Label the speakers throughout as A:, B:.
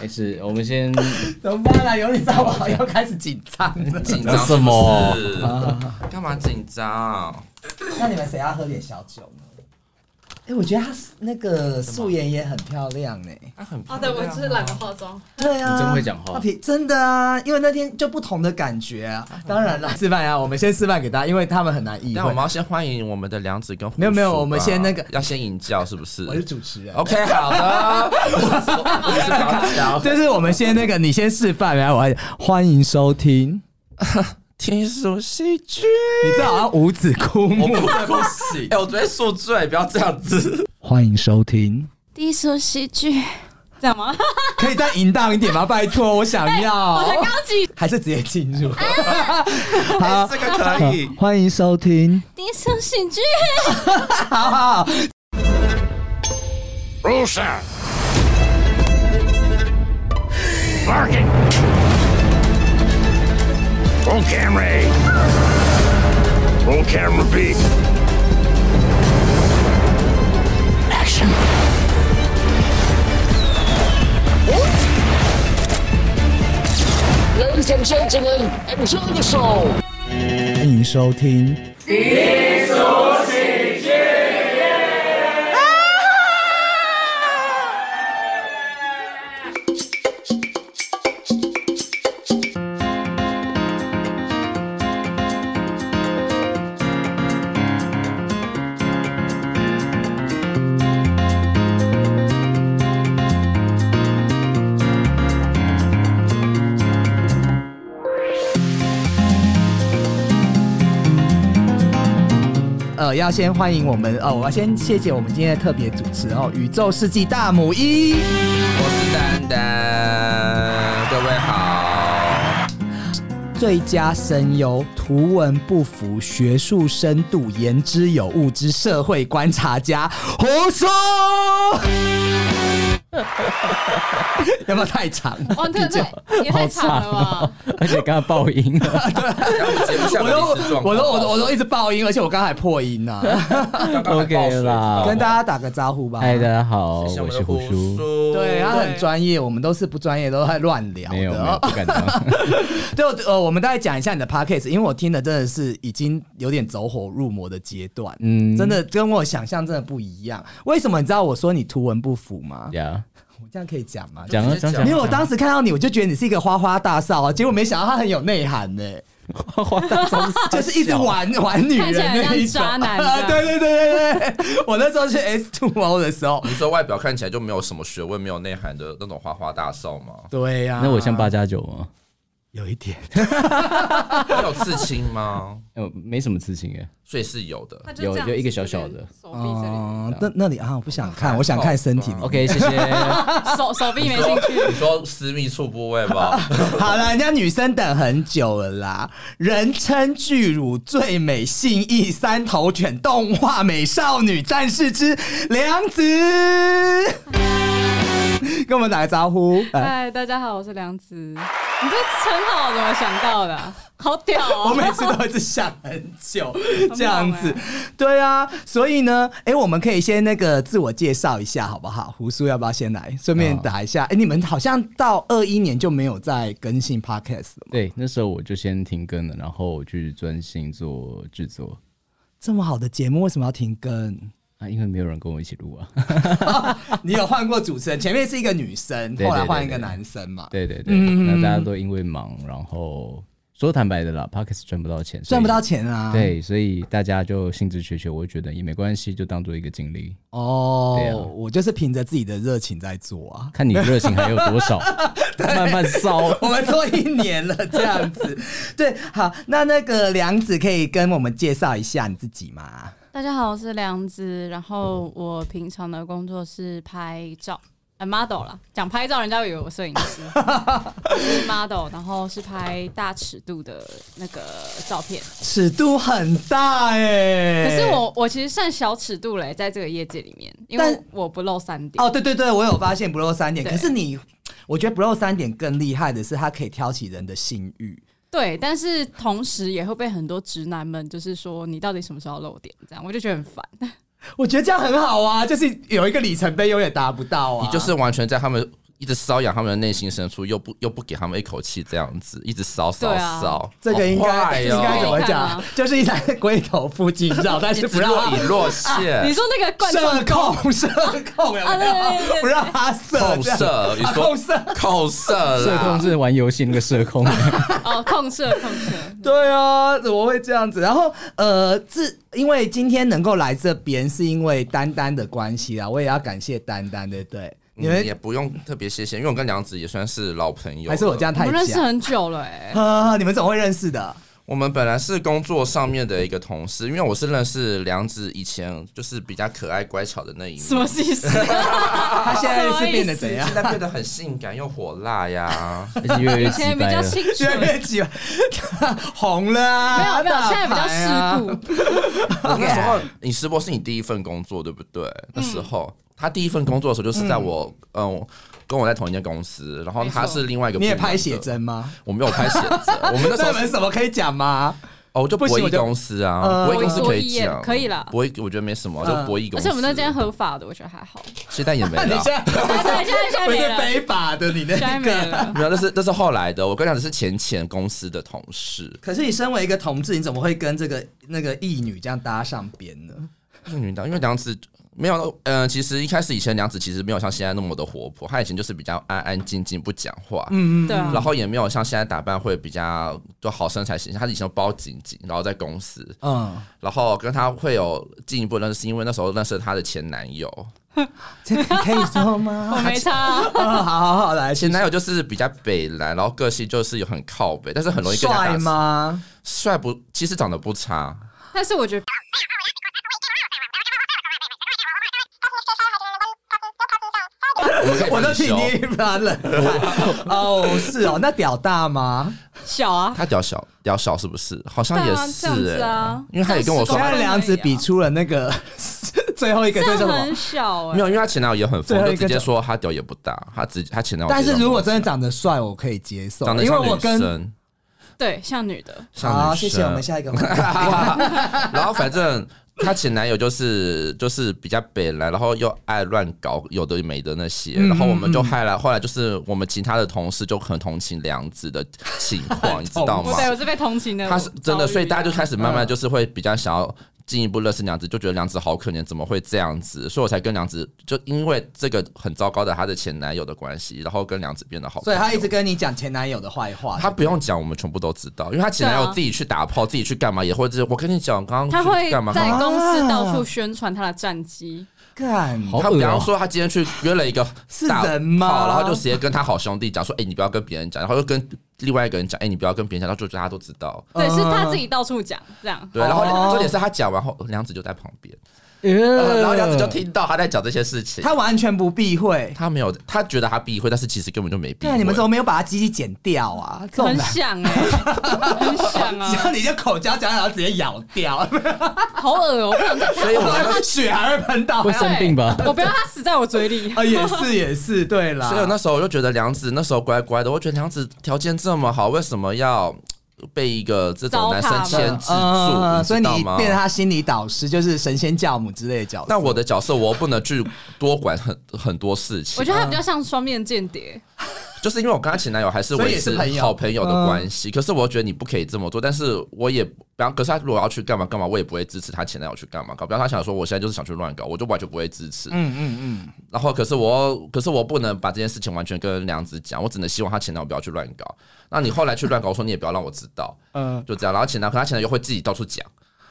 A: 没事，我们先
B: 怎么办啊？有你在我好像开始紧张了。
C: 紧张
A: 什么
C: 是不是干嘛紧张？
B: 那你们谁要喝点小酒呢？哎、我觉得她是那个素颜也很漂亮哎、
C: 啊，很漂
D: 啊，
C: 亮
D: 对，
C: 啊
D: 我就是懒得化妆。
B: 对啊，
A: 你真会讲话
B: 她皮真的啊，因为那天就不同的感觉啊。当然了，示范啊，我们先示范给大家，因为他们很难意
C: 但我
B: 会
C: 们。要先欢迎我们的梁子跟胡
B: 没有没有
C: 叔吧
B: 我们先那个
C: 要先引教是不是
B: 我是主持人。
C: ？OK，好的，我是高桥，
B: 就是我们先那个，你先示范，然后我还欢迎收听。
C: 天鼠细菌，
B: 你这好像五子枯
C: 我
B: 木。
C: 不会不行，哎、我昨天宿醉，不要这样子。
B: 欢迎收听，
D: 低俗喜剧，这样吗？
B: 可以再淫荡一点吗？拜托，我想
D: 我才
B: 要，
D: 刚起
B: 还是直接进入。好，
C: 这个
A: 哎
C: 可以。
B: 欢迎收听。
D: 低俗喜剧，
B: 好好，好
E: Rusa! Barking! Roll camera A. Roll camera B. Action!
F: Ladies and gentlemen, enjoy the show.
B: 欢迎收听。呃，要先欢迎我们哦，我要先谢谢我们今天的特别主持哦，宇宙世纪大母一。
C: 我是丹丹，各位好。
B: 最佳声优、图文不符、学术深度、言之有物之社会观察家胡说。 要不要太长？
D: 哇，这个太哦也太长了吧？
A: 而且刚刚爆音 了，
C: 然后我们节目下
B: 我
C: 的
B: 都
C: 历史状
B: 我
C: 况
B: 都我都我都一直爆音，而且我刚才还破音呢、
C: 刚刚还爆水
A: OK 啦
B: 跟大家打个招呼吧。
A: 嗨，大家好，
C: 谢谢
A: 我
C: 们
A: 是
C: 的
A: 胡叔，
C: 叔
B: 对他很专业，我们都是不专业，都在乱聊
A: 没有
B: 的
A: 没有
B: 哦。
A: 不敢 当，
B: 对，呃，我们大概讲一下你的 podcast，因为我听的真的是已经有点走火入魔的阶段，嗯，
A: 嗯
B: 真的跟我想象真的不一样。为什么你知道我说你图文不符吗？
A: 呀，
B: 我这样可以讲吗？
A: 讲啊
C: 直接
A: 讲
C: 讲
A: 讲
B: 因为，我当时看到你，我就觉得你是一个花花大少啊，结果没想到他很有内涵呢、
A: 花花大招
B: 就是一
A: 啊
B: 直玩玩女人那一种
D: 看起来很像渣男
B: 啊 对对对对对，我那时候去 S Two O 的时候，
C: 你说外表看起来就没有什么学问、没有内涵的那种花花大少吗？
B: 对呀、
A: 那我像八加九吗？
B: 有一点，
C: 你有刺青吗？
A: 呃，没什么事情哎，
C: 所以是有 的。
D: 他就这样子
A: 有有一个小小的
D: 手臂这里，
B: 嗯那那里啊，我不想看，我想看身体里 面。
A: OK，谢谢，
D: 啊手手臂没兴趣。
C: 你说私密处部位吧，
B: 好了，人家女生等很久了啦，人称巨乳最美信义三头犬动画美少女战士之梁子， 跟我们打个招呼。呃
D: 嗨，大家好，我是梁子。你这称号我怎么想到的啊？好屌
B: 我每
D: 哦！
B: 次都一直想很久，
D: 欸
B: 这样子，对啊，所以呢，哎、我们可以先那个自我介绍一下，好不好？胡叔要不要先来？顺便
A: 好
B: 打一下，哎、你们好像到二一年就没有再更新 podcast 了，
A: 对，那时候我就先停更了，然后我去专心做制作
B: 这么好的节目为什么要停更？
A: 啊，因为没有人跟我一起录啊，
B: 你有换过主持人，前面是一个女生，
A: 对
B: 后来换一个男生嘛，
A: 对对对，那大家都因为忙，然后说坦白的啦 p o d c a s t 赚不到钱，所以
B: 赚不到钱啊。，
A: 对，所以大家就兴致缺缺，我觉得也没关系，就当做一个经历，
B: 哦
A: 对啊
B: 我就是凭着自己的热情在做啊。
A: 看你热情还有多少，慢慢烧。
B: 我们做一年了，这样子， 对，好，那那个梁子可以跟我们介绍一下你自己吗？
D: 大家好，我是梁子。然后我平常的工作是拍照，呃，model 啦。讲拍照，人家以为我摄影师，我是 model，然后是拍大尺度的那个照片。
B: 尺度很大哎、
D: 可是我我其实算小尺度嘞，在这个业界里面，因为
B: 但
D: 我不露三点。
B: 哦，对对对，我有发现不露三点，
D: 对
B: 可是你，我觉得不露三点更厉害的是，它可以挑起人的性欲。
D: 对，但是同时也会被很多直男们就是说你到底什么时候露点这样，我就觉得很烦。
B: 我觉得这样很好啊，就是有一个里程碑永远达不到啊。
C: 你就是完全在他们一直瘙痒他们的内心深处，又不又不给他们一口气，这样子一直搔搔
D: 对啊
C: 搔，
B: 这个应
C: 好哦
B: 该
C: 坏
B: 应
C: 哦
B: 该怎么
D: 可以看
B: 讲
D: 吗？
B: 就是一直在龟头附近绕，但
C: 一
B: 是
C: 直
B: 不让
C: 若
B: 它
C: 隐若现，
D: 你说那个 冠状
B: 射控 射控有
D: 啊
B: 没
D: 对对对
B: 有？
D: 对
B: 不让他射
C: 控
B: 这样
C: 射，你
B: 啊
C: 说
B: 控射，
C: 控射啦，
A: 社控是玩游戏那个社控，
D: 哦，控射控射，
B: 对啊，怎么会这样子？然后呃，自因为今天能够来这边，是因为丹丹的关系啊，我也要感谢丹丹，对不对？你
C: 嗯
B: 们
C: 也不用特别谢谢，因为我跟梁子也算是老朋友。
B: 还是我这，样
D: 我
B: 太
D: 们认识
B: 假？
D: 很久了 哎、
B: 呵，你们怎么会认识的？
C: 我们本来是工作上面的一个同事，因为我是认识梁子以前就是比较可爱乖巧的那一面，
D: 什么意思？
B: 他现在是变得怎样
D: 啊
C: 现？在变得很性感又火 辣呀。
A: 而且越来越
D: 以
A: 鸡
D: 前比
A: 掰
D: 较
A: 了。
D: 清
B: 越来
D: 纯，
B: 越喜欢 红了
D: 没
B: 啊、
D: 有没有，现在比较
B: 大牌啊
D: 世故。
C: 那时候你师伯是你第一份工作对不对？那时候
B: 嗯
C: 他第一份工作的时候就是在我嗯。跟我在同一间公司，然后他是另外一个。啊
B: 嗯你也拍写？真吗？
C: 我没有拍写 真，我们那时
B: 那
C: 候
B: 你们什么可以讲 吗？
C: 哦，就
B: 不行
C: 博
B: 我
C: 弈
B: 就
C: 公司啊，
B: 呃
C: 博弈公司可
D: 博
C: 以
D: 弈
C: 讲，
D: 可以啦
C: 博弈我觉得没什么，就
B: 嗯
C: 博弈公
D: 而
C: 司。
D: 且我们那间合法的，我觉得还好。
C: 现在也没
B: 你
C: 了
B: 现。在
D: 现在现在现
B: 不
D: 在啊没
B: 是
D: 了，
B: 非法的，你的
D: 现
B: 那
D: 在没
B: 个。
D: 了。
C: 没有，那是那是后来的。我跟你讲，只是前前公司的同事，
B: 可是你身为一个同志，你怎么会跟这个那个异女这样搭上边呢？
C: 那女的，因为梁子没有，嗯、其实一开始以前梁子其实没有像现在那么的活泼，她以前就是比较安安静静不讲话，嗯，
D: 对啊
C: 然，后也没有像现在打扮会比较就好身材形象，她以前都包紧紧，然后在公司，
B: 嗯，
C: 然后跟她会有进一步的认识，是因为那时候认识了她的前男友，
B: 这个可以说
D: 我
B: 吗？
D: 没差啊。
B: 啊，好好好，来，
C: 前男友就是比较北蓝，然后个性就是有很靠北，但是很容易跟人家打
B: 帅？吗？
C: 帅不，其实长得不差，
D: 但是我觉得，
B: 我都替你发 冷汗。哦，是哦，那屌大吗？
D: 小啊，
C: 他屌小屌小是不是？好像也
D: 对啊
C: 是、
D: 这样子
C: 欸
D: 啊
C: 因为他也跟我
D: 这
C: 说
B: 现
D: 样
B: 在梁子比出了那个 最后一个，
D: 这
B: 这
D: 样
B: 叫什
D: 很
B: 么？
D: 小
C: 没
D: 哎。
C: 有，因为他前男友也很
B: 最
C: 疯，
B: 后一
C: 就
B: 个
C: 直接
B: 就
C: 说他屌也不大，他直他前男友直
B: 但
C: 接这
B: 是
C: 样跟我讲。
B: 如果真的长得帅，我可以接受
C: 长，得
B: 因为
C: 像
B: 我
C: 女
B: 跟
C: 生，
D: 对，像女的，
C: 像女生，
B: 好，谢谢我们 下一个话题。
C: 然后反正她前男友就是就是比较北来，然后又爱乱搞有的没的那些，
B: 嗯
C: 然后我们就害了。后来就是我们其他的同事就很同情梁子的情 况，你知道吗
D: 我？对我是被同情的，
C: 他是真的，所以大家就开
D: 始
C: 始慢慢就是会比较想要进一步认识梁子，就觉得梁子好可怜，怎么会这样子？所以我才跟梁子就因为这个很糟糕的她的前男友的关系，然后跟梁子变得好朋
B: 所
C: 友。
B: 以他一直跟你讲前男友的坏话，
C: 他不用讲，我们全部都知道，因为他前男
D: 对
C: 友
D: 啊
C: 自己去打炮，自己去干嘛，也会这。我跟你讲，刚
D: 他
C: 刚
D: 会
C: 去干嘛？
D: 在
C: 刚
D: 公司到处宣传他的战绩，
B: 干
A: 好
C: 他
A: 恶
C: 比
A: 哦
C: 方说，他今天去约了一个
B: 是
C: 打
B: 人吗
C: 炮然后就直接跟他好兄弟讲说：“哎，你不要跟别人讲。”然后又跟另外一个人讲：“哎，你不要跟别人讲。”然后就大家都知道。
D: 对，是他自己到处讲这样。
C: 对，然后
B: 哦
C: 重点是他讲完后，梁子就在旁边。
A: 呃
C: 然后梁子就听到他在讲这些事情，他
B: 他完全不避讳。
C: 他没有，他觉得他避讳，但是其实根本就没避
B: 对啊，
C: 讳。
B: 你们怎么没有把他鸡鸡剪掉啊？这种
D: 很
B: 男
D: 想哎、很想
B: 只要
D: 啊，
B: 你就口嚼嚼，然后直接咬 掉，
D: 好恶哦、我不想再
C: 所以我们那时候
B: 血还会喷到。
A: 会生病吧？
D: 我不要他死在我嘴里。
B: 啊，也是也是，对啦。
C: 所以我那时候我就觉得梁子那时候乖乖的，我觉得梁子条件这么好，为什么要被一个这种男生牵制住？
B: 嗯呃所以
C: 你知道
B: 你
C: 吗？
B: 变成他心理导师，就是神仙教母之类的角色。
C: 但我的角色我不能去多管很很多事情
D: 我，觉得他比较像双面间谍，
C: 就是因为我跟她前男友还是
B: 所以
C: 维
B: 也是
C: 持
B: 朋友
C: 好朋友的关
D: 嗯
C: 系。可是我觉得你不可以这么做，但是我也，比方，可是他如果要去干嘛干嘛，我也不会支持他前男友去干嘛搞。比方他想说我现在就是想去乱搞，我就完全不会支持。
B: 嗯嗯嗯，
C: 然后可是我，可是我不能把这件事情完全跟梁子讲，我只能希望他前男友不要去乱搞。那你后来去乱搞，我说你也不要让我知道，
B: 嗯
A: 呃
C: 嗯，就这样。然后前男，可他前男友会自己到处讲。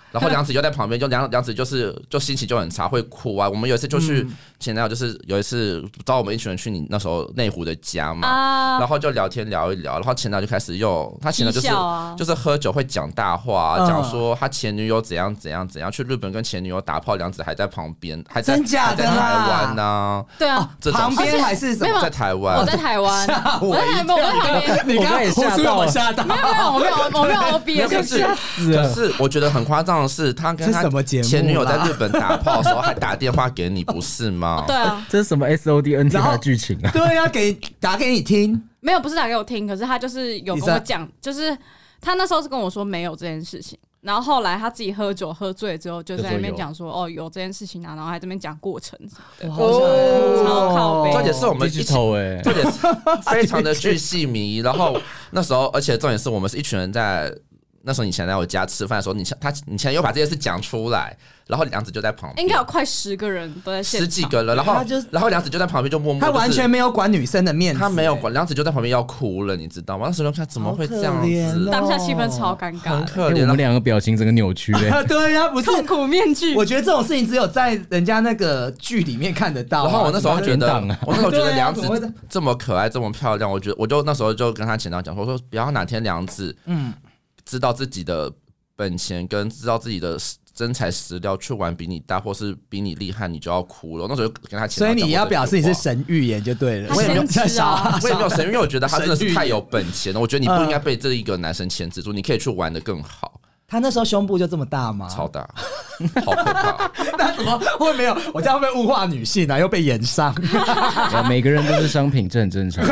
C: 然后梁子又在旁边，就梁梁子就是就心情就很差，会哭啊。我们有一次就去前男友，就是有一次找我们一群人去你那时候内湖的家嘛，
D: 啊
C: 然后就聊天聊一聊，然后前男友就开始又他前男友就
D: 嬉
C: 是、
D: 笑啊
C: 就是喝酒会讲大话、
B: 嗯
C: 讲说他前女友怎样怎样怎样，去日本跟前女友打炮，梁子还在旁边，还在
B: 真假
C: 还在
B: 的啦
C: 台湾呢、
D: 对啊，
C: 这种
B: 旁边还是什
D: 没有
B: 么？
C: 在台湾
D: 哎我在台湾，我在台湾，我在旁边，
A: 我
B: 你刚
A: 刚
B: 刚
A: 才也吓
B: 胡
A: 到
B: 我
A: 了
B: 吓到，
D: 没有没有，我没有我没有 O B，
C: 可
D: 就是
C: 是可是我觉得很夸张的是，他跟他
B: 这什么节目啦啊
C: 前女友在日本打炮的时候还打电话给你，不是吗？
D: 对啊，
A: 这是什么 S O D N T
B: 然后
A: 的剧情啊？
B: 对啊，给打给你听，
D: 没有不是打给我听，可是他就是有跟我讲，就是他那时候是跟我说没有这件事情，然后后来他自己喝酒喝醉之后，就
A: 就
D: 在
A: 说
D: 那边
A: 有
D: 讲说哦有这件事情啊，然后还在那边讲过程，
B: 哦
D: 超靠背
C: 重点是我们一起，
A: digital 哎、
C: 重点是非常的巨细迷。然后那时候，而且重点是我们是一群人在那时候，你以前来我家吃饭的时候，你前他你前又把这件事讲出来，然后梁子就在旁边，
D: 应该有快十个人都在现
C: 十
D: 场，
C: 几个了，然后
B: 他就
C: 然后梁子就在旁边就默默、
B: 他完全
C: 没
B: 没有管女生的面子，
C: 他没有管，梁子就在旁边要哭了，你知道吗？那时候看怎么会这样
B: 好可
C: 子
B: 怜哦，哎
D: 当下气氛超尴尬
C: 哦很
D: 的，
C: 可
A: 欸我
C: 怜。然后
A: 们两个表情整个扭曲哎嘞、
B: 啊，对呀，不是。
D: 痛苦面具。
B: 我觉得这种事情只有在人家那个剧里面看得到啊。
C: 然后我那时候觉
A: 怎么
C: 得
A: 会这样啊，
C: 我那时候觉
B: 对
C: 得
B: 啊
C: 梁
B: 怎么会这
C: 子这么可爱，这么漂亮，我觉得我就那时候就跟他前导讲说，我说不要哪天梁子
B: 嗯，
C: 知道自己的本钱跟知道自己的真材实料去玩比你大或是比你厉害，你就要哭了。我那时候就跟他前
B: 所
C: 导
B: 以
C: 讲过这句话，
B: 你要表示你是神预言就对了。
D: 他先知啊
B: 傻
C: 我也没有神，因为我觉得他真的
B: 神
C: 是
B: 谕
C: 太有本钱了。我觉得你不应
B: 嗯
C: 该被这一个男生牵制住，你可以去玩的更好，
B: 他那时候胸部就这么大吗？
C: 超大，好可怕。
B: 那怎么会没有？我这样会不会物化女性啊？又被延上。
A: 啊每个人都是商品，这很正常。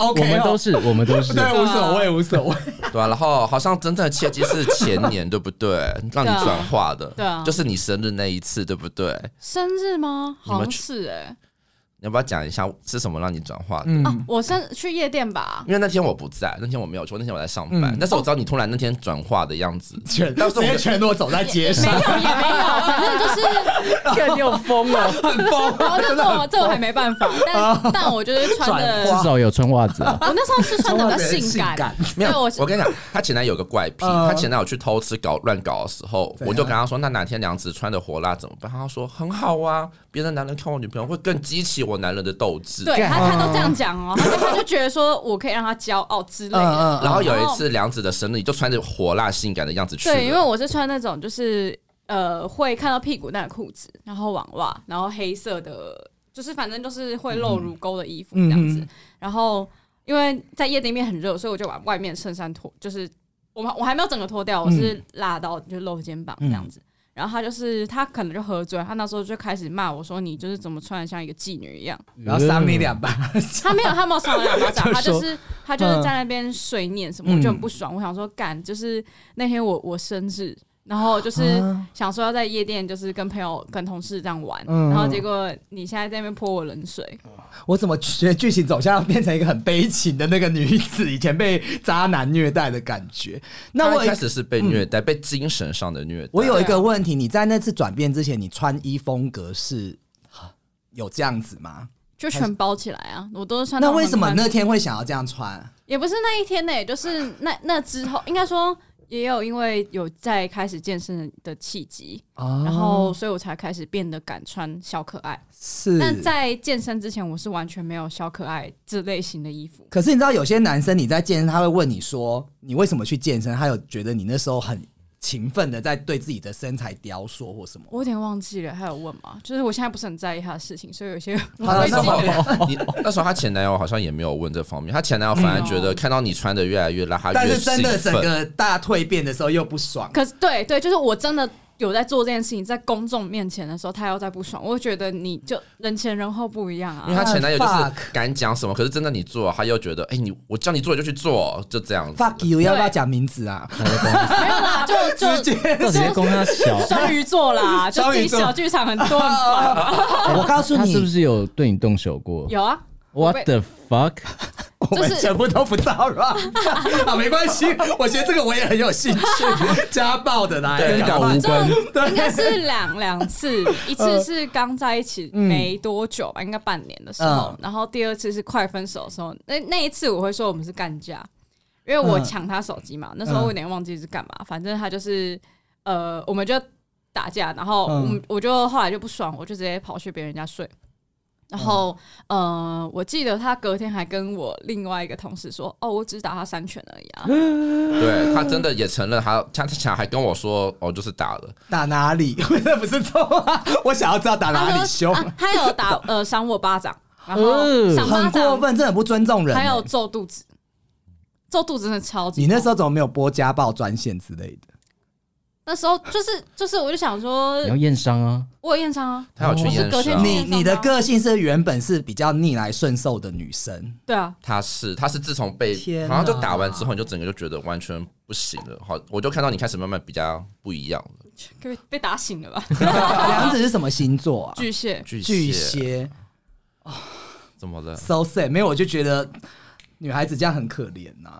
B: OK，
A: 我们都是，我们都是。
B: 对，无所谓，无所谓。
C: 对啊，然后好像真正的契机是前年，对不 对？让你转化的，
D: 啊对啊
C: 就是你生日那一次，对不对？
D: 生日吗？
C: 你们
D: 好像是哎、
C: 你要不要讲一下是什么让你转化的？
D: 啊，我生去夜店吧，
C: 因为那天我不在，那天我没有去，那天我在上
D: 嗯
C: 班。但是我知道你突然那天转化的样
D: 哦
C: 子，
B: 全
C: 但是
B: 直
C: 我
B: 接
C: 们
B: 全裸走在街
D: 没
B: 上
D: 有，也没有，反正就是，
A: 干掉疯了，
B: 很 疯
D: 然后这这我这我还没办法，但但我就是穿
B: 转
D: 的，
A: 至
D: 我
A: 少有穿袜子 啊。
D: 那时候是穿的 比较性
B: 性
D: 感
B: 感，
C: 没有
D: 对我。
C: 我跟你讲，他前男友有个怪癖，
B: 嗯
C: 他前男友去偷吃搞乱搞的时候，
B: 怎样
C: 我就
D: 啊
C: 跟他说：“那哪天梁子穿的火辣怎么办？”他说：“很好啊，别的男人看我女朋友会更激起我男人的斗志。”
D: 对他，他都这样讲哦，他就他就觉得说我可以让他骄傲之类的。
B: 嗯嗯，
C: 然后有一次梁子的生日，你就穿着火辣性感的样子去了。
D: 对，因为我是穿那种就是呃会看到屁股那个裤子，然后网袜，然后黑色的，就是反正就是会露乳沟的衣服这样子。
B: 嗯
D: 然后因为在夜店里面很热，所以我就把外面衬衫脱，就是我们我还没有整个脱掉，我是
C: 嗯
D: 拉到就露肩膀这样子。然后他就是他可能就喝醉，他那时候就开始骂我说你就是怎么穿的像一个妓女一样。
B: 然后赏你两巴，
D: 他没有，他没有扇我两巴 掌，他
B: 就说
D: 就是他就是在那边碎念什么，
B: 嗯
D: 我就很不爽。我想说，干，就是那天我我生日，然后就是
B: 啊
D: 想说要在夜店，就是跟朋友跟同事这样玩，
B: 嗯
D: 然后结果你现在在那边泼我冷水，
B: 我怎么觉得剧情走向变成一个很悲情的那个女子，以前被渣男虐待的感觉？那我嗯
C: 他一开始是被虐待，被精神上的虐待。
B: 我有一
D: 啊
B: 个问题，你在那次转变之前，你穿衣风格是有这样子吗？
D: 就全包起来啊！我都是穿
B: 那
D: 种很
B: 为什么
D: 宽
B: 那天会想要这样穿？
D: 也不是那一天呢、就是那那之后，应该说也有因为有在开始健身的契机，
A: 哦
B: 哦
D: 然后所以我才开始变得敢穿小可爱。
B: 是，
D: 但在健身之前，我是完全没有小可爱这类型的衣服。
B: 可是你知道，有些男生你在健身，他会问你说你为什么去健身，他有觉得你那时候很勤奋的在对自己的身材雕塑或什么。
D: 我有点忘记了，还有问吗？就是我现在不是很在意他的事情，所以 有些我
B: 好了
D: 会
C: 那
B: 啊那
C: 时
B: 我
D: 记
C: 候 你那时候她前男友好像也没有问这方面，她前男友反而觉得看到你穿的越来越辣，
A: 啊
C: 他
B: 但
C: 越
B: 是真的整
C: 兴奋
B: 个大蜕变的时候又不 爽，
D: 可是对对，就是我真的有在做这件事情，在公众面前的时候，他要再不爽，我会觉得你就人前人后不一样
C: 因 为
D: 啊。
C: 她前男友就是
B: Fuck
C: 敢讲什么，可是真的你做，他又觉得，哎、你我叫你做你就去做，就这样子。
B: fuck you，要不要讲名字啊？
D: 没有啦，就 就
B: 直接
D: 就
A: 直接攻他 小，
D: 双鱼座啦，就自
B: 双鱼
D: 己
B: 座
D: 小剧场很多很烦。
B: 我告诉
A: 他
B: 你，
A: 是不是有对你动手过
D: 有啊，
A: ？What
D: 我
A: the fuck？
B: 我们
D: 就是
B: 全部都不到了？ 啊，没关系，我觉得这个我也很有兴趣。家暴的来
C: 对
B: 搞
A: 无关
D: 应该是两两次，一次是刚在一起没多久吧，应该半年的时候，
B: 嗯
D: 然后第二次是快分手的时候，那那一次我会说我们是干架，因为我抢他手机嘛，那时候我有点忘记是干嘛，反正他就是呃，我们就打架，然后我们、我就后来就不爽，我就直接跑去别人家睡。然后，呃，我记得他隔天还跟我另外一个同事说：“哦，我只是打他三拳而已啊。
C: 对他真的也承认他，他他前还跟我说，哦，就是打了，
B: 打哪里？ 那不是痛啊！我想要知道打”哪
D: 他
B: 里
D: 说：“
B: 凶，嗯
D: 啊，他 有打呃赏我巴掌，然后
A: 呃
D: 赏巴
B: 很过
D: 掌
B: 分，真的很不尊重人欸。
D: 还有揍肚子，揍肚子真的超级
B: 你
D: 痛。
B: 那时候怎么没有拨家暴专线之类的？
D: 那时候就是就是，我就想说
A: 你，要验伤啊，
D: 我有验伤啊，
C: 他有去
D: 我
C: 验
D: 是隔天
C: 伤
D: 去
B: 你
D: 验伤
B: 你的
D: 啊
B: 个性是原本是比较逆来顺受的女生，
D: 对啊，
C: 他是他是自从被
B: 天
C: 好像就
B: 哪
C: 打完之后，你就整个就觉得完全不行了。好，我就看到你开始慢慢比较不一样了。
D: 被被打醒了吧？
B: 梁子是什么星座啊？
D: 巨蟹，
C: 巨
B: 巨
C: 蟹
B: 蟹
C: 怎么了？
B: ，so sad。没有，我就觉得女孩子这样很可怜呐、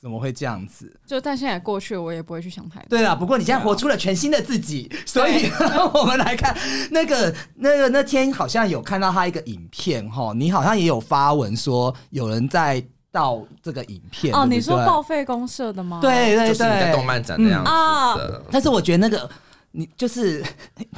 B: 怎么会这样子？
D: 就但现在过去，我也不会去想太多。
C: 嗯
B: 对啦，不过你现
C: 啊
B: 在活出了全新的自己，所 以我们来看那个那个那天好像有看到他一个影片哈，你好像也有发文说有人在盗这个影片
D: 哦，
B: 对不
D: 你说
B: 对
D: 报废公社的吗？
B: 对对
C: 就
B: 对，嗯
C: 是你在动漫展那样
D: 哦
C: 子的。
B: 但是我觉得那个你就是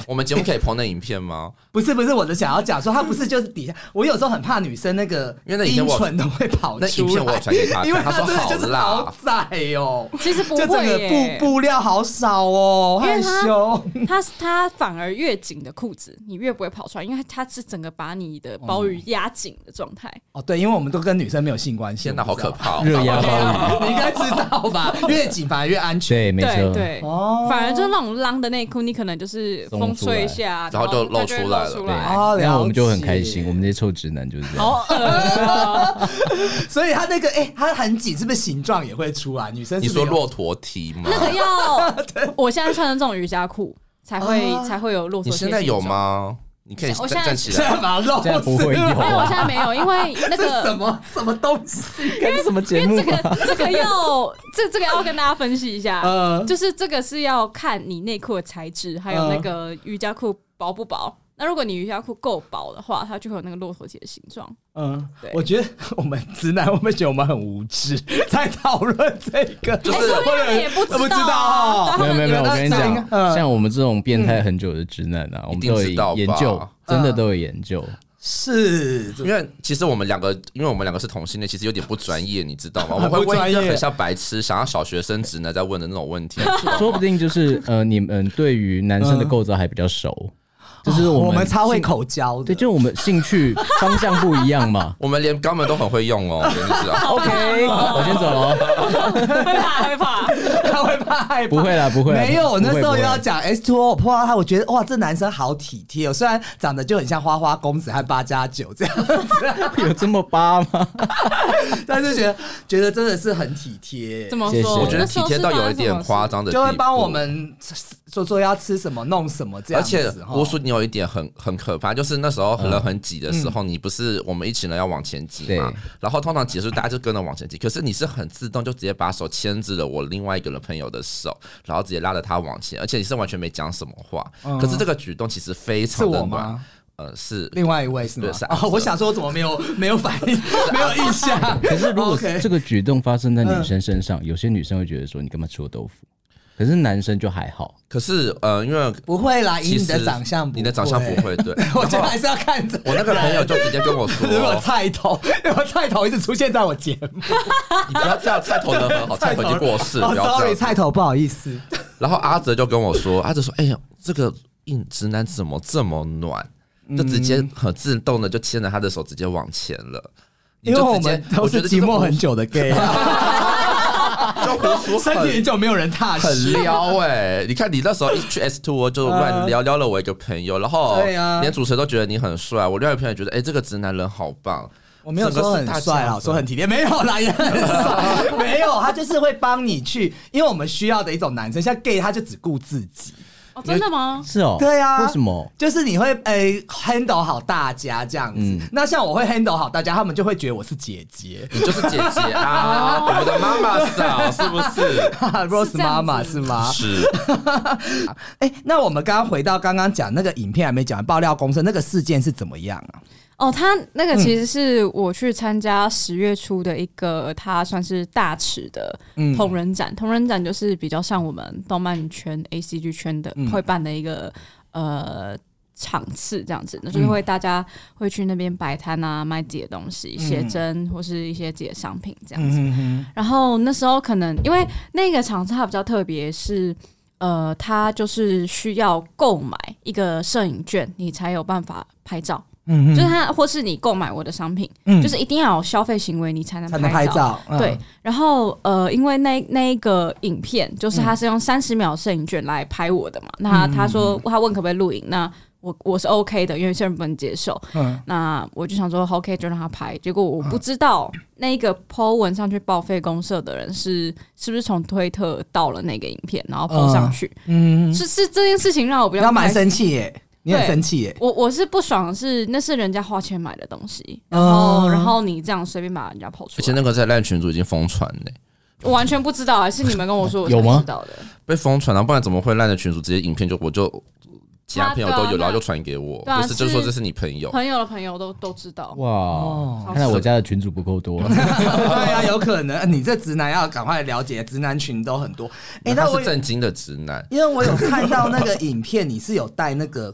C: 我们节目可以捧那影 片吗？
B: 不是不是我的想要讲说，他不是就是底下，我有时候很怕女生那个
C: 因为那影
B: 阴
C: 片我
B: 唇都会跑
C: 那影
B: 出
C: 片我有
B: 来，
C: 传给他看
B: 因为
C: 他说
B: 真的
C: 好
B: 就是
C: 辣
B: 好窄哦，
D: 其实不
B: 就整
D: 会
B: 个布
D: 耶，
B: 布料好少哦，
D: 因为
B: 害
D: 他
B: 羞。
D: 它它反而越紧的裤子，你越不会跑出来，因为它是整个把你的包鱼压紧的状态。
B: 哦，对，因为我们都跟女生没有性关系，
C: 天哪，好可
B: 怕！
C: 怕 哦！
A: 热压包雨，
B: 你应该知道 吧？越紧反而越安
A: 对，
B: 全。
A: 没
D: 啊对
A: 错，
D: 对，
B: 哦
D: 反而就是那种浪的内裤，你可能就是
A: 松
D: 风
A: 出来
D: 吹一下，
C: 哦然后就
D: 它
C: 露
D: 就会
C: 出
D: 露
C: 来了
D: 出
A: 对，
D: 来。
B: 哦了
A: 然后我们就很开
B: 解
A: 心，我们这些臭直男就是这样。
D: 好恶哦
B: 所以他那个哎，他很紧，是不是形状也会出来？女生
C: 你
B: 是不是
C: 说
B: 有
C: 骆驼蹄吗？
D: 那个 要我现在穿的这种瑜伽裤才会
B: 哦
D: 才会有骆驼
C: 你
D: 贴形
C: 现
D: 状。
C: 在有吗？你可以
D: 我
C: 站
D: 现在
C: 站起
B: 现
C: 来。
B: 在把它露
A: 现在不会
B: 出来
A: 有
C: 啊
D: 没有，我现在没有，因为 那
B: 这什
D: 个。
B: 么什么东西？
A: 这什么节
D: 因
A: 目
D: 为这个这个要这这个要跟大家分析一下，
B: 呃
D: 就是这个是要看你内裤的材质，还有
B: 嗯
D: 那个瑜伽裤薄不薄。那如果你瑜伽裤够薄的话，它就会有那个骆驼体的形状。
B: 嗯
D: 对，
B: 我觉得我们直男会不会觉得我们很无 知，在讨论这个？就
D: 哎，说不定他们也不
B: 不
D: 知
B: 知道
D: 道啊，
B: 哦
A: 没有没有没有，我跟你
B: 那
A: 讲
B: 应该嗯，
A: 像我们这种变态很久的直男啊，我们
C: 一定
A: 都
C: 知道
A: 有
C: 吧
A: 研究，真
B: 嗯
A: 的都有研究。
B: 是，
C: 因为其实我们两个，因为我们两个是同性恋，其实有点不专业，你知道吗？我
B: 很
C: 们
B: 不
C: 会问一个
B: 专业
C: 很像白痴，想要小学生直男在问的那种问 题。。
A: 说不定就是呃，你们对于男生的构造还比较熟，就是
B: 嗯哦我
A: 我
B: 们
A: 们
B: 超会口交的，
A: 对，就我们兴趣方向不一样嘛
C: 我们连肛门都很会用哦，我跟你
D: 啊
C: 讲。
B: 哎
A: OK，我先走了哦，
D: 会怕会怕。
B: 他会怕害怕。
A: 不会啦，不会啦。
B: 没有，我那时候
A: 不会不会
B: 要讲 S two O，我碰到哎他，我觉得哇，这男生好体贴哦，虽然长得就很像花花公子和八加九这样，
A: 有这么八吗？
B: 但是觉得觉得真的是很体贴
D: 怎，么
A: 谢谢
D: 说？
C: 我觉得体贴到有一点夸张的地步，
B: 就会帮我。们说说要吃什么弄什么这
C: 而
B: 样子。
C: 且
B: 哈
C: 我说你有一点很很可怕，就是那时候人很挤的时候，
B: 嗯
C: 你不是我们一群人要往前挤嘛
A: 对，
C: 然后通常挤的时候大家就跟着往前挤，可是你是很自动就直接把手牵制了我另外一个人朋友的手，然后直接拉着他往前，而且你是完全没讲什么话，可是这个举动其实非
B: 嗯是
C: 常的
B: 我
C: 暖
B: 吗，？
C: 呃，是
B: 另外一位是吗
C: 对是？
B: 哦，我想说，我怎么没有没有反 应，没有印象？
A: 可是如果
B: OK 嗯
A: 这个举动发生在女生身上，有些女生会觉得说你干嘛吃我豆腐？可是男生就还好，
C: 可是呃，因为
B: 不会啦，以
C: 其
B: 你
C: 实
B: 的长相，
C: 你的长相不。会对。
B: 我觉得还是要看着。
C: 我那个朋友就直接跟 我说，
B: 如果菜头，如果菜头一直出现在我节目，
C: 你不要这样，菜头人很好，哦菜头已经过世 了，
B: 哦
C: 不要这
B: ，sorry，
C: 样。
B: 菜头不好意思。
C: 然后阿哲就跟我说，阿哲说：“哎呀，这个硬直男怎么这么暖？
B: 嗯
C: 就直接很自动的就牵着他的手直接往前了。”你
B: 因
C: 就
B: 为我
C: 直接
B: 们都是寂寞很， 久的 gay，啊
C: 我觉得这个就 胡
B: 身体很
C: 很
B: 久没有人踏
C: 很
B: 实。
C: 撩哎、你看你那时候一去 S two 哦就乱撩撩了我一个朋友，然后
B: 对啊
C: 连主持人都觉得你很帅，我另外一个朋友觉得哎、这个直男人好棒，
B: 我没有说很帅啊啦，我说很体贴，没有啦，也很 帅，没有，他就是会帮你去，因为我们需要的一种男生，像 gay 他就只顾自己，
D: 哦，真的吗？
A: 是哦，
B: 对啊
A: 为什么？
B: 就是你会诶、handle 好大家这样子。
C: 嗯
B: 那像我会 handle 好大家，他们就会觉得我是姐 姐
C: 你就是姐姐 啊，我们的妈妈嫂是不是？
B: ，Rose
D: 这样
B: 妈
D: 子
B: 妈是 吗？
C: 是，
B: 哎、那我们刚刚回到刚刚讲那个影片还没讲完，爆料公社那个事件是怎么样啊？
D: 哦，他那个其实是我去参加十月初的一个，他算是大尺的
C: 嗯
D: 同人展。同人展就是比较像我们动漫圈、A C G 圈的、会办的一个呃场次这样子，
C: 嗯
D: 就是会大家会去那边摆摊啊，卖自己的东
C: 嗯
D: 西，写真或是一些自己的商品
B: 嗯
D: 这样子。然后那时候可能因为那个场次它比较特别是。呃，它就是需要购买一个摄影券，你才有办法拍照。
B: 嗯
D: 就是
B: 嗯，
D: 它或是你购买我的商品，
B: 嗯
D: 就是一定要有消费行为，你才能
B: 才能拍照。嗯
D: 对，，然后呃，因为那那一个影片，就是他
B: 嗯
D: 是用三十秒摄影卷来拍我的嘛，那他他说他问可不可以录影，那我我是 OK 的，因为有些人不能接受，
B: 嗯
D: 那我就想说 OK 就让他拍，结果我不知道那个 Po 文上去报废公社的人是是不是从推特盗了那个影片，然后 Po 上去，
B: 嗯，
D: 是是这件事情让我比较
B: 要
D: 不开
B: 蛮
D: 心
B: 生气耶，你很
D: 对
B: 生气耶，
D: 我我是不爽的是，那是人家花钱买的东西，然后、
B: 嗯
D: 然后你这样随便把人家抛出
C: 而且
D: 来，
C: 那个在烂群组已经疯传嘞、
D: 我完全不知道，还是你们跟 我说我才
A: 有吗
D: 知道的。
C: 被疯传了，不然怎么会烂的群组直接影片就我就其他朋友都
D: 对啊
C: 有，
D: 对啊
C: 然后就传给我，
D: 对啊
C: 就是就是说
D: 是
C: 这是你朋友，
D: 朋友的朋友都都知道，哦
A: 哇，看来我家的群主不够 多。
B: 对啊，有可能你这直男要赶快了解，直男群都很多。哎，
C: 他
B: 那我
C: 是正经的直男。
B: 因为我有看到那个影片，你是有带那个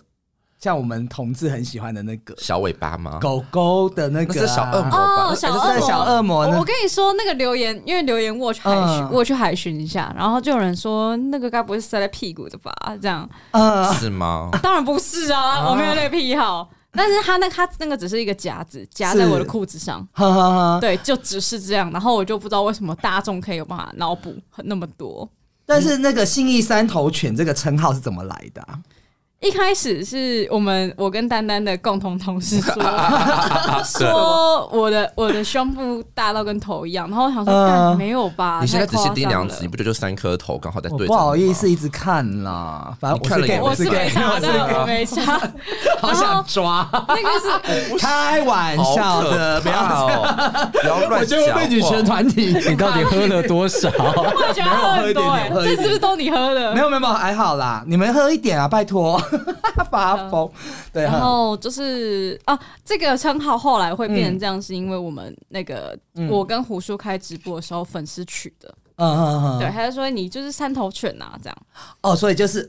B: 像我们同志很喜欢的那个
C: 小尾巴吗？
B: 狗狗的那
C: 那
B: 个啊
C: 是小恶魔吧？
D: 哦，
C: 那
D: 小
B: 就
D: 恶
B: 是
D: 魔，
B: 小恶魔
D: 我
B: 呢
D: 我跟你说，那个留言，因为留言我有去海巡，
B: 嗯
D: 我有去海巡一下，然后就有人说那个该不会是塞在屁股的吧？这样，
B: 呃，
C: 是吗？
D: 当然不是啊，我没有那个癖好。但是他那他那个只是一个夹子，夹在我的裤子上，
B: 哈哈哈。
D: 对，就只是这样。然后我就不知道为什么大众可以有办法脑补那么多。
B: 但是那个信义三头犬这个称号是怎么来的啊？
D: 一开始是我们我跟丹丹的共同同 事说，说啊我的我的胸部大到跟头一样，然后我想说，
B: 嗯
D: 干没有吧？
C: 你现在
D: 太
C: 仔
D: 夸
C: 细
D: 张
C: 掂量
D: 了
C: 尺，你不觉得就三颗头刚好在
B: 我
C: 对着？
B: 不好意思，一直看啦，反正我是
C: 你看了
B: gay，
C: 也
D: 我
B: 是
D: 是没
B: gay，
D: 查
B: 我
D: 的
B: 是，
D: 我没查。
B: 好想抓，
D: 那个是
B: 开玩
C: 好
B: 笑的，
C: 可
B: 不要，
C: 怕哦， 不要乱
B: 我
C: 讲
B: 就会
C: 话。
B: 被女权团体。
A: 你到底喝了多 少？
D: 我也觉得喝很多哎、
B: 没有喝一点点喝一
D: 这
B: 点
D: 是不是都你喝
B: 没
D: 的？
B: 有没有没有，还好啦，你们喝一点啊，拜托， 发疯。对，
D: 然
B: 哈
D: 后就是啊，这个称号后来会变成这样，是因为我们那个、我跟胡叔开直播的时候粉丝取的，
B: 嗯嗯
D: 对，
B: 嗯，
D: 他就说你就是三头犬呐、这样，
B: 哦，所以就是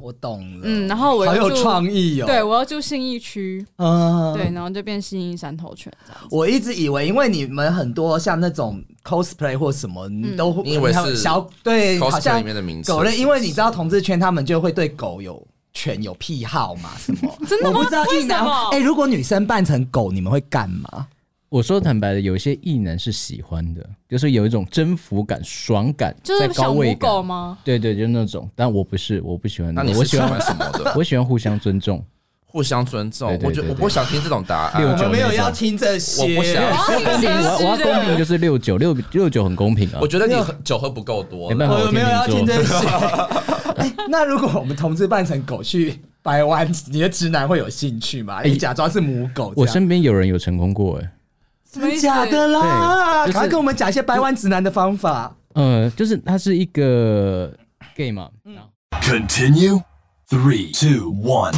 B: 我懂了，
D: 嗯，然后我
B: 好
D: 又
B: 有
D: 住
B: 创意哦。
D: 对，我要住信义区，
B: 嗯，
D: 对，然后就变信义三头犬这样子。
B: 我一直以为，因为你们很多像那种 cosplay 或什么，
D: 嗯
B: 你都会
C: 你以为是
B: 小对，好
C: cosplay
B: 像
C: 里面的名字，
B: 狗类，因为你知道同志圈他们就会对狗有犬有癖好嘛，什么？
D: 真的吗
B: 我不知道
D: 为
B: 一男
D: 什么
B: 哎，如果女生扮成狗，你们会干嘛？
A: 我说坦白的，有一些异男是喜欢的，就是有一种征服感、爽感，
D: 就
A: 在
D: 是
A: 高
D: 小母
A: 位感。
D: 狗吗？
A: 对对，就那种。但我不是，我不喜欢
C: 那
A: 个
C: 你
A: 我
C: 是
A: 喜
C: 喜
A: 欢
C: 欢什么的？
A: 我喜欢互相尊 重。
C: 互相尊重
A: 对。对
C: 我觉
A: 对
C: 得
A: 对
C: 我不想听这种答案。
A: 六
B: 我
A: 九
B: 们没有
A: 那种
B: 要听这些，
C: 我不想
D: 我要
A: 公
D: 啊你
A: 平，我要我要公平，就是六九六六九很公平啊
C: 我。觉得你喝酒喝不够多
A: 没办
C: 了，
A: 法，
B: 我没有要
A: 天
B: 听
A: 秤座
B: 这些。 哎那如果我们同志扮成狗去掰弯，你的直男会有兴趣吗？你假装是母狗这样，
A: 我身边有人有成功过哎、
D: 什么意思？
B: 假的啦！
A: 对就是
B: 赶快跟我们讲一些掰弯直男的方法。
A: 呃，就是他是一个 gay 嘛，
D: 嗯
A: 然后
E: Continue. Three, two, one.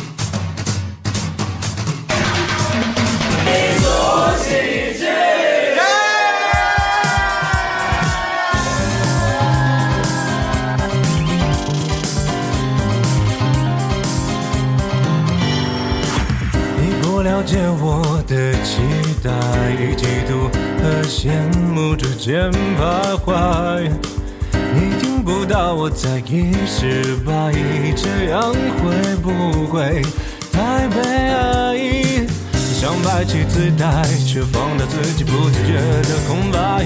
G: 你不了解我的期待，与嫉妒和羡慕之间徘徊。你听不到我在意失败，这样会不会太悲哀？想摆起姿态，却放大自己不自觉的空白，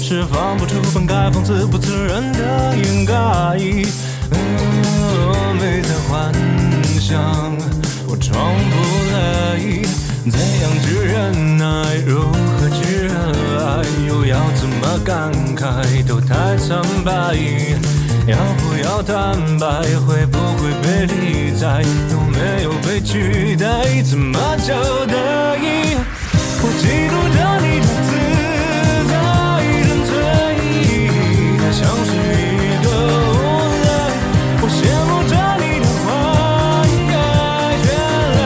G: 释放不出本该放肆不自然的掩盖。嗯，没在幻想，我装不来，怎样去忍耐，如何去热爱，又要怎么感慨，都太苍白。要不要坦白，会不会被理睬，都没有被取代，怎么交代？我嫉妒着你的自在，纯粹，它像是一个无赖。我羡慕着你的灌溉，绚烂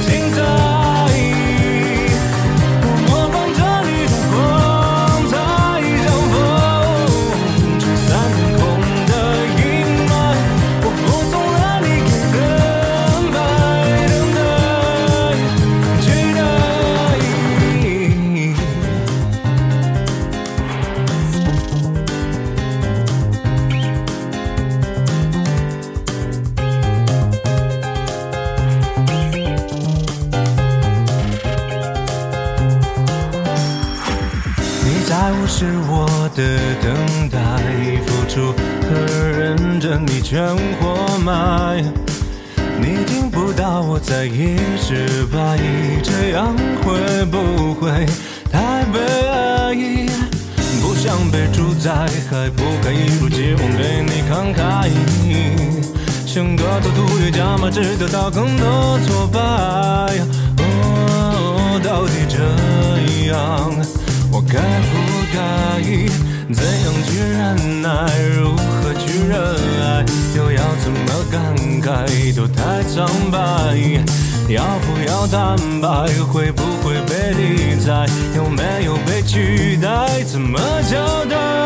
G: 精彩。我模仿着你的光彩，像风吹散天空的阴霾。我服从了你给的安排，等待。期待。爱物是我的等待，付出和认真你全活埋。你听不到我在一直怀疑，这样会不会太悲哀？不想被主宰，还不该一如既往对你慷慨。想得到土越加码，只得到更多挫败。哦，到底这样，我该不该？怎样去忍耐，如何去热爱，又要怎么感慨，都太苍白。要不要坦白，会不会被理睬，有没有被取代，怎么交代？